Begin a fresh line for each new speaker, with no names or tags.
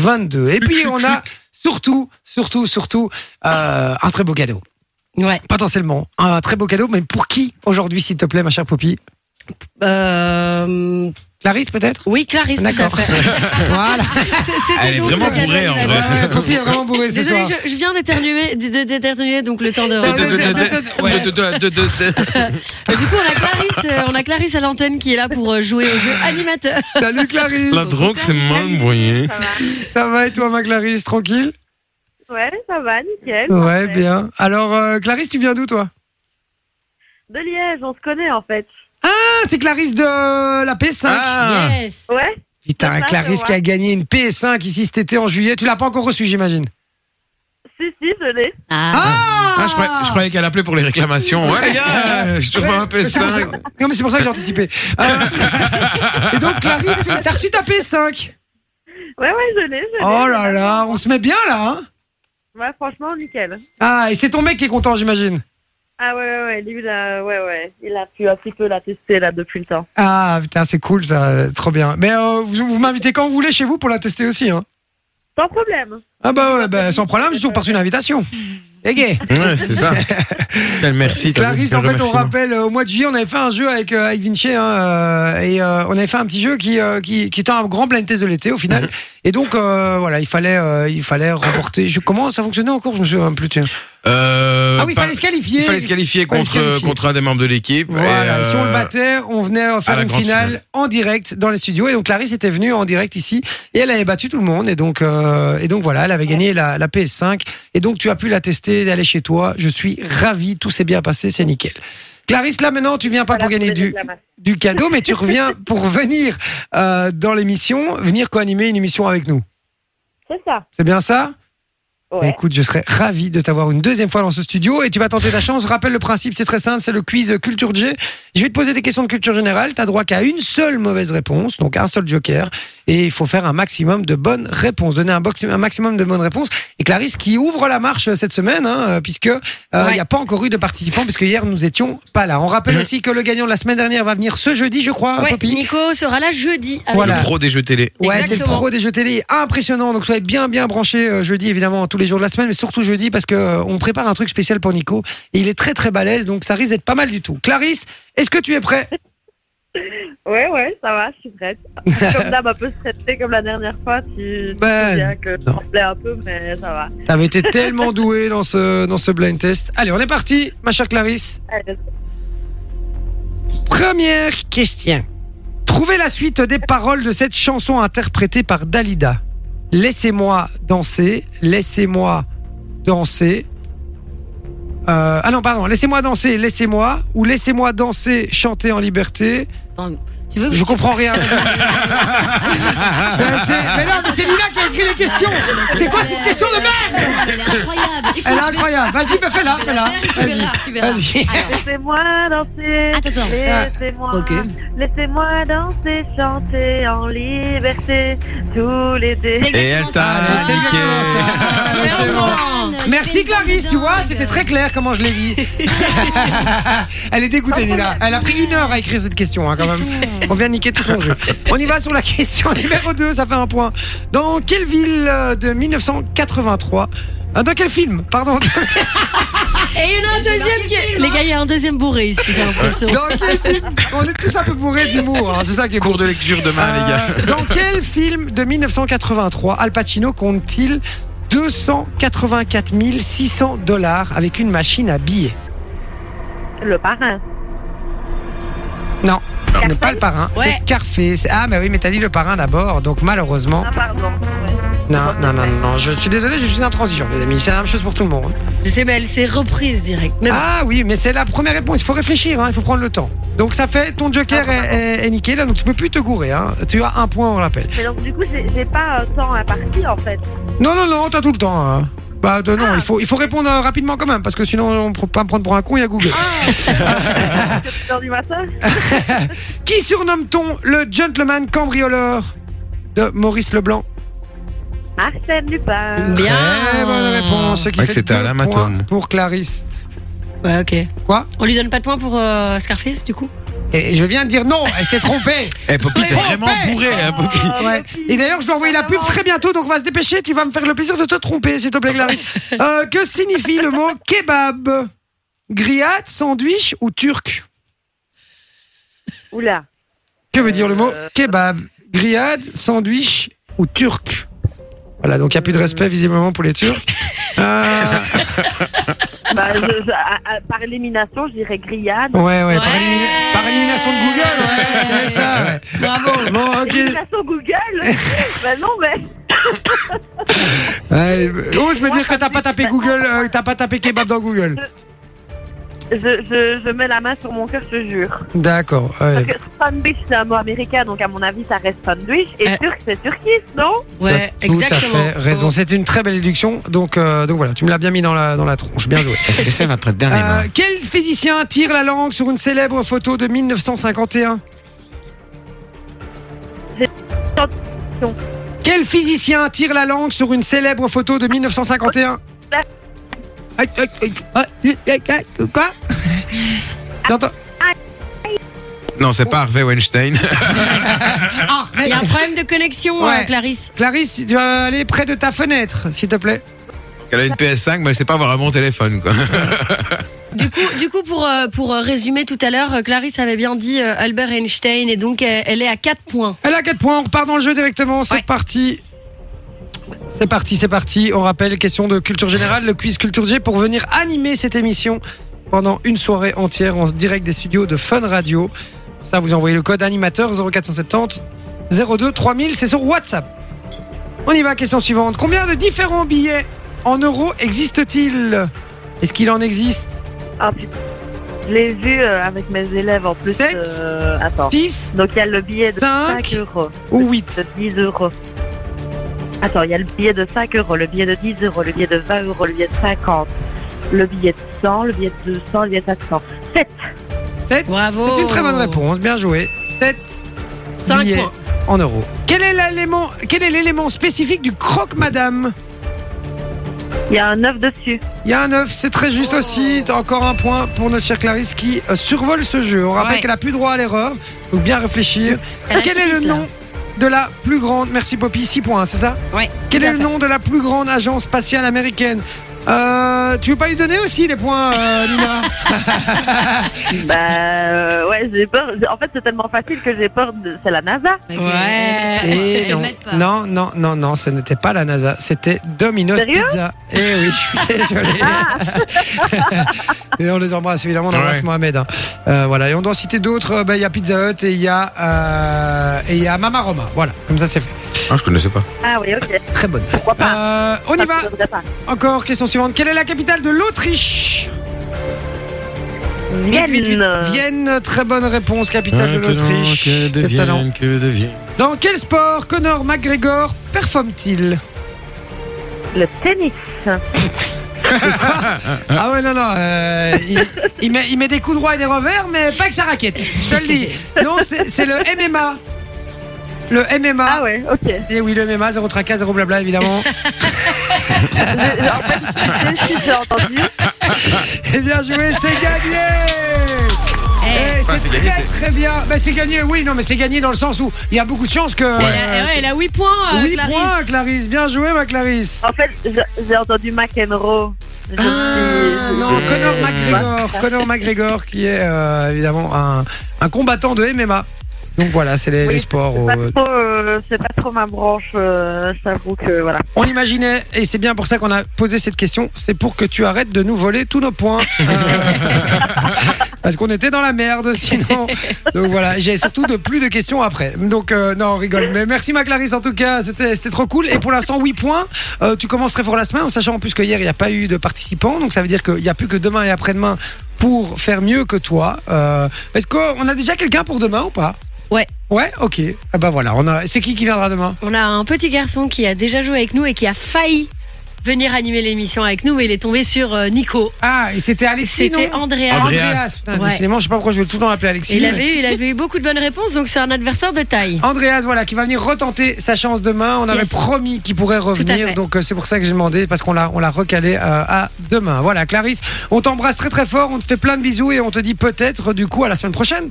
22. Et puis on a surtout, surtout, surtout euh, un très beau cadeau.
Ouais.
Potentiellement un très beau cadeau, mais pour qui aujourd'hui, s'il te plaît, ma chère Poppy
Euh,
Clarisse peut-être
oui, Clarisse, tout à
D'accord.
fait.
Voilà.
C'est- c'était
Elle est
nous,
vraiment
le cadeau
bourrée,
de
en
la
vrai.
dame.
Ouais, Poppy est vraiment bourrée ce
Désolée,
soir.
je, je viens d'éternuer, de- de- d'éternuer, donc le temps de.
Ah,
Ouais.
Et du coup, on a Clarisse, euh, on a Clarisse à l'antenne qui est là pour euh, jouer au jeu animateur.
Salut Clarisse.
La drogue, c'est mal moyen.
Ça va.
Ça va et toi, ma Clarisse Tranquille
Ouais, ça va, nickel.
Ouais,
parfait.
bien. Alors, euh, Clarisse, tu viens d'où toi
De Liège, on se connaît en fait.
Ah, c'est Clarisse de euh, la P5.
Ah.
Ah. Yes.
Ouais,
Putain,
ça,
Clarisse
je
qui a gagné une PS5 ici cet été en juillet. Tu l'as pas encore reçue, j'imagine.
si, si, je l'ai.
Ah.
Ah,
Ah, je croyais, je croyais qu'elle appelait pour les réclamations. Ouais, les gars, j'ai toujours pas ma
C'est pour ça-
PS5.
Non, mais c'est pour ça que j'ai anticipé. Euh, Et donc, Clarisse, tu as reçu ta PS5.
Ouais, ouais, je l'ai. je l'ai.
Oh là là, on se met bien là. hein
Ouais, franchement, nickel.
ah, et c'est ton mec qui est content, j'imagine.
Ah ouais, ouais, ouais, lui, il a, ouais, ouais, il a pu un petit peu la tester là depuis le temps.
Ah, putain, c'est cool ça, trop bien. Mais euh, vous, vous m'invitez quand vous voulez chez vous pour la tester aussi. Hein.
Sans problème.
Ah bah, ouais, bah, sans problème, j'ai toujours parti une invitation. Eh, gay.
Ouais, c'est ça. Quel merci. t'as vu,
Clarisse,
quel
en fait, on
remerciement.
rappelle, euh, au mois de juillet, on avait fait un jeu avec, euh, avec Vinci, hein, euh, et euh, on avait fait un petit jeu qui, euh, qui, qui était un grand blind test de l'été au final. Et donc, euh, voilà, il fallait, euh, il fallait remporter. Je, comment ça fonctionnait encore Je me souviens plus. tiens.
Euh,
Ah oui, il
par-
fallait se qualifier.
il fallait se qualifier
Fallait se
contre,
qualifier.
contre un des membres de l'équipe.
Voilà,
Et, euh,
si on le battait, on venait
à
faire
la
une
grande
finale,
finale.
en direct dans les studios. Et donc Clarisse était venue en direct ici et elle avait battu tout le monde. Et donc, euh, et donc voilà, elle avait gagné la, la PS5. Et donc tu as pu la tester, d'aller chez toi. Je suis ravi, tout s'est bien passé, c'est nickel. Clarisse, là maintenant, tu viens pas
Voilà,
pour gagner
c'est
du,
la masse.
du cadeau, mais tu reviens pour venir euh, dans l'émission, venir co-animer une émission avec nous.
C'est ça.
C'est bien ça bah,
Ouais.
Écoute, je serais ravi de t'avoir une deuxième fois dans ce studio et tu vas tenter ta chance. Rappelle le principe, c'est très simple, c'est le quiz euh, culture G. Je vais te poser des questions de culture générale. T'as droit qu'à une seule mauvaise réponse, donc un seul joker. Et il faut faire un maximum de bonnes réponses, donner un, box- un maximum de bonnes réponses. Et Clarisse qui ouvre la marche euh, cette semaine, hein, euh, puisque euh, il
Ouais.
n'y a pas encore eu de participants, puisque hier nous étions pas là. On rappelle
Mhm.
aussi que le gagnant de la semaine dernière va venir ce jeudi, je crois,
Ouais,
Poppy.
Nico sera là jeudi. avec
Voilà.
Le pro des jeux télé.
Ouais, c'est le
Exactement.
pro des jeux télé, impressionnant. Donc soyez bien bien branchés euh, jeudi évidemment tous les jours de la semaine, mais surtout jeudi parce que euh, on prépare un truc spécial pour Nico et il est très très balèze, donc ça risque d'être pas mal du tout. Clarisse, est-ce que tu es prêt
ouais, ouais, ça va, je suis prête. comme d'hab, un peu stressée comme la dernière fois. Tu, tu
Ben,
sais bien que je
non.
tremblais un peu, mais ça va.
T'avais été Ah, tellement doué dans ce dans ce blind test. Allez, on est parti, ma chère Clarisse.
Allez,
Première question. Trouvez la suite des paroles de cette chanson interprétée par Dalida. Laissez-moi danser, laissez-moi danser. Euh, ah non, pardon, laissez-moi danser, laissez-moi, ou laissez-moi danser, chanter en liberté.
Tu veux que
Je comprends rien. Ben, c'est- mais non, mais c'est Lina qui a écrit les questions. C'est quoi cette question de merde
Elle est incroyable. Écoute,
Elle est
je vais-
incroyable. Vas-y, ben, fais-la,
je vais
fais-la.
la faire et tu verras, tu verras.
Vas-y, vas-y.
Alors,
Laissez-moi danser.
Ah,
Attends, attends.
Laissez-moi.
Ok.
Laissez-moi danser, chanter en liberté tous les deux.
c'est
Et elle t'a
exactement ça.
Ah, c'est
niqué.
exactement ça. Ah,
Vraiment.
C'est bon. Merci
Tellement
Clarisse, tu vois,
dingue.
c'était très clair comment je l'ai dit. Elle est dégoûtée, Nina. Elle a pris une heure à écrire cette question, hein, quand même. On vient de niquer tout son jeu. On y va sur la question numéro 2, ça fait un point. Dans quelle ville euh, de 1983 euh, Dans quel film Pardon.
Et il y en a un deuxième qui. Les gars, il y a un deuxième bourré ici, j'ai l'impression.
Dans quel film On est tous un peu bourrés d'humour, hein, c'est ça qui est beau.
Cours de lecture demain, Ah, les gars.
Euh, Dans quel film de 1983 Al Pacino compte-t-il 284 600 dollars avec une machine à billets
Le parrain.
Non, ce n'est
Scarface
pas le parrain,
Ouais.
c'est Scarface. Ah, mais oui, mais t'as dit le parrain d'abord, donc malheureusement.
Ah, pardon.
Non, non, non, non, non, je suis désolé, je suis intransigeant, les amis, c'est la même chose pour tout le monde.
Je sais, mais elle s'est reprise direct. Mais bon.
Ah oui, mais c'est la première réponse, il faut réfléchir, hein, il faut prendre le temps. Donc ça fait, ton joker est, est- est niqué, là, donc tu peux plus te gourer, hein. tu as un point, on l'appelle.
Mais donc, du coup, j'ai j'ai pas euh, tant à partir en fait.
Non, non, non, t'as tout le temps. hein. Bah de- non,
Ah.
il faut, il faut répondre euh, rapidement quand même, parce que sinon on ne peut pas me prendre pour un con, il y a Google. Ah.
Que c'est l'heure du matin.
Qui surnomme-t-on le gentleman cambrioleur de Maurice Leblanc
Arsène Lupin.
Bien.
Très bonne réponse. Ce qui
Ouais,
fait
que c'était
deux
Alain
points
Matom.
pour Clarisse.
Ouais, ok.
Quoi
On lui donne pas de points pour euh, Scarface, du coup
Et et je viens de dire non, elle s'est trompée.
Eh, Poppy, t'es
Ouais,
vraiment
ouais.
bourré, hein, Poppy.
Oh,
Ouais.
Poppy,
Et d'ailleurs, je dois envoyer la pub
vraiment.
très bientôt, donc on va se dépêcher. Tu vas me faire le plaisir de te tromper, s'il te plaît, Clarisse. Euh, que signifie le mot kebab Grillade, sandwich ou turc
Oula.
Que veut dire le mot kebab Grillade, sandwich ou turc Voilà, donc il n'y a plus de respect visiblement pour les Turcs. Euh,
Bah, je- je- à- à- par élimination, je dirais grillade.
ouais, ouais, Par,
Ouais.
élimina- par élimination de Google, ouais, c'est ça. ouais.
Bravo.
Bon, ok.
Élimination Google Bah non, mais.
Ouais, euh, ose me dire que t'as pas tapé Google, euh, t'as pas tapé kebab dans Google.
Je, je, je mets la main sur mon cœur, je te jure.
D'accord. ouais.
Parce que sandwich, c'est un mot américain, donc à mon avis, ça reste sandwich. Et
Eh.
Ouais.
turc, c'est turquiste, non
Ouais,
T'as
exactement.
Tout à fait raison. C'est une très belle déduction. Donc, euh, donc voilà, tu me l'as bien mis dans la, dans la tronche. Bien joué.
Est-ce que c'est notre dernier
Euh,
mot
quel physicien tire la langue sur une célèbre photo de 1951 Quel physicien tire la langue sur une célèbre photo de 1951 Aïe, aïe, aïe, aïe, aïe, aïe,
Ah.
Quoi T'entends
Non, c'est pas Harvey Weinstein.
Ah,
Il y
merde.
a un problème de connexion,
Ouais.
euh, Clarisse.
Clarisse, tu vas aller près de ta fenêtre, s'il te plaît.
Elle a une PS5, mais elle sait pas avoir un bon téléphone, quoi.
Du coup, du coup pour, euh, pour euh, résumer tout à l'heure, euh, Clarisse avait bien dit euh, Albert Einstein et donc euh, elle est à 4 points.
Elle a 4 points, on repart dans le jeu directement, c'est
Ouais.
parti. C'est parti, c'est parti. On rappelle, question de culture générale, le quiz Culture G pour venir animer cette émission pendant une soirée entière en direct des studios de Fun Radio. Pour ça, vous envoyez le code animateur 0470 02 3000, c'est sur WhatsApp. On y va, question suivante. Combien de différents billets en euros existent-ils Est-ce qu'il en existe
Ah putain. Je l'ai vu euh, avec mes élèves en plus.
Sept,
euh, attends.
6
Donc il y a le billet de
cinq,
5 euros,
ou 8
de 10 euros. Attends, il y a le billet de 5 euros, le billet de 10 euros, le billet de 20 euros, le billet de 50, le billet de 100, le billet de 200, le billet de 400. 7
7
Bravo.
C'est une très bonne réponse, bien joué. 7
Oh. Cinq
billets
points.
en euros. Quel est l'élément, quel est l'élément spécifique du croque madame
Il y a un 9 dessus.
Il y a un œuf, c'est très juste
Oh.
aussi. T'as Encore un point pour notre chère Clarisse qui euh, survole ce jeu. On rappelle
Ouais.
qu'elle a plus droit à l'erreur, donc bien réfléchir.
Elle a
quel est
six,
le
là.
nom de la plus grande Merci Poppy, 6 points, c'est ça
Ouais,
Quel
tout
est
à
le
fait.
nom de la plus grande agence spatiale américaine Euh, tu veux pas lui donner aussi les points, euh, Lina
Bah euh, ouais, j'ai peur. En fait, c'est tellement facile que j'ai peur de. C'est la NASA.
Ouais.
Et
Elles
non.
mettent Ah, pas.
non, non, non, non, ce n'était pas la NASA, c'était Domino's
Sérieux Ah.
Pizza. Eh oui, je suis désolé. et on les embrasse évidemment, on embrasse
Ouais.
Mohamed. hein. Euh, voilà, et on doit en citer d'autres. Euh, ben, Il y a Pizza Hut et il y a euh, et il y a Mama Roma. Voilà, comme ça c'est fait.
Ah, je connaissais pas.
Ah oui, ok.
Très bonne.
Pourquoi pas
Euh, on
Ça,
y va.
je devrais pas.
Encore question suivante. Quelle est la capitale de l'Autriche
Vienne.
888. Vienne. Très bonne réponse, capitale de l'Autriche.
Que
Quel talent.
devienne, que devienne.
Dans quel sport Conor McGregor performe-t-il
Le tennis.
Ah ouais, non, non. euh, il, il met, il met des coups droits et des revers, mais pas avec sa raquette. Je te le dis. Non, c'est c'est le MMA. Le MMA.
Ah ouais, ok.
Et Eh oui, le MMA, 0 tracas, 0 blabla, évidemment.
Je- en fait, je sais si j'ai entendu.
et Eh bien joué, c'est gagné Eh,
Enfin,
c'est
c'est gagné,
très
c'est-
très bien. Bah, c'est gagné, oui, non, mais c'est gagné dans le sens où il y a beaucoup de chance que.
Elle a, eh ouais, elle a 8 points, euh,
8
Clarisse.
points, Clarisse. Bien joué, ma Clarisse.
En fait, je- j'ai entendu McEnroe. Je me
Ah,
suis-
non, Conor
eh,
McGregor, Conor McGregor qui est euh, évidemment un, un combattant de MMA. Donc voilà, c'est les,
Oui,
les sports.
C'est pas,
euh,
trop, euh, c'est pas trop ma branche, euh, j'avoue que voilà.
On l'imaginait, et c'est bien pour ça qu'on a posé cette question. C'est pour que tu arrêtes de nous voler tous nos points. Euh, parce qu'on était dans la merde sinon. Donc voilà, j'ai surtout de plus de questions après. Donc euh, non, on rigole. Mais merci ma Clarisse en tout cas, c'était c'était trop cool. Et pour l'instant, 8 points. Euh, tu commences très fort la semaine, en sachant en plus que hier, il n'y a pas eu de participants. Donc ça veut dire qu'il n'y a plus que demain et après-demain pour faire mieux que toi. Euh, Est-ce qu'on a déjà quelqu'un pour demain ou pas
Ouais.
Ouais, ok. Ah bah voilà, on a... c'est qui qui viendra demain
On a un petit garçon qui a déjà joué avec nous et qui a failli venir animer l'émission avec nous, mais il est tombé sur euh, Nico.
Ah, et c'était Alexis,
C'était
non
Andrea.
Andrea.
Andreas.
Andreas.
Putain,
Ouais.
décidément, je sais pas pourquoi je veux tout le temps l'appeler Alexis.
Il
mais-
avait, eu- il avait eu beaucoup de bonnes réponses, donc c'est un adversaire de taille.
Andreas, voilà, qui va venir retenter sa chance demain. On avait
Yes.
promis qu'il pourrait revenir,
fait.
donc euh, c'est pour ça que j'ai demandé, parce qu'on l'a, on l'a recalé euh, à demain. Voilà, Clarisse, on t'embrasse très très fort, on te fait plein de bisous et on te dit peut-être du coup à la semaine prochaine.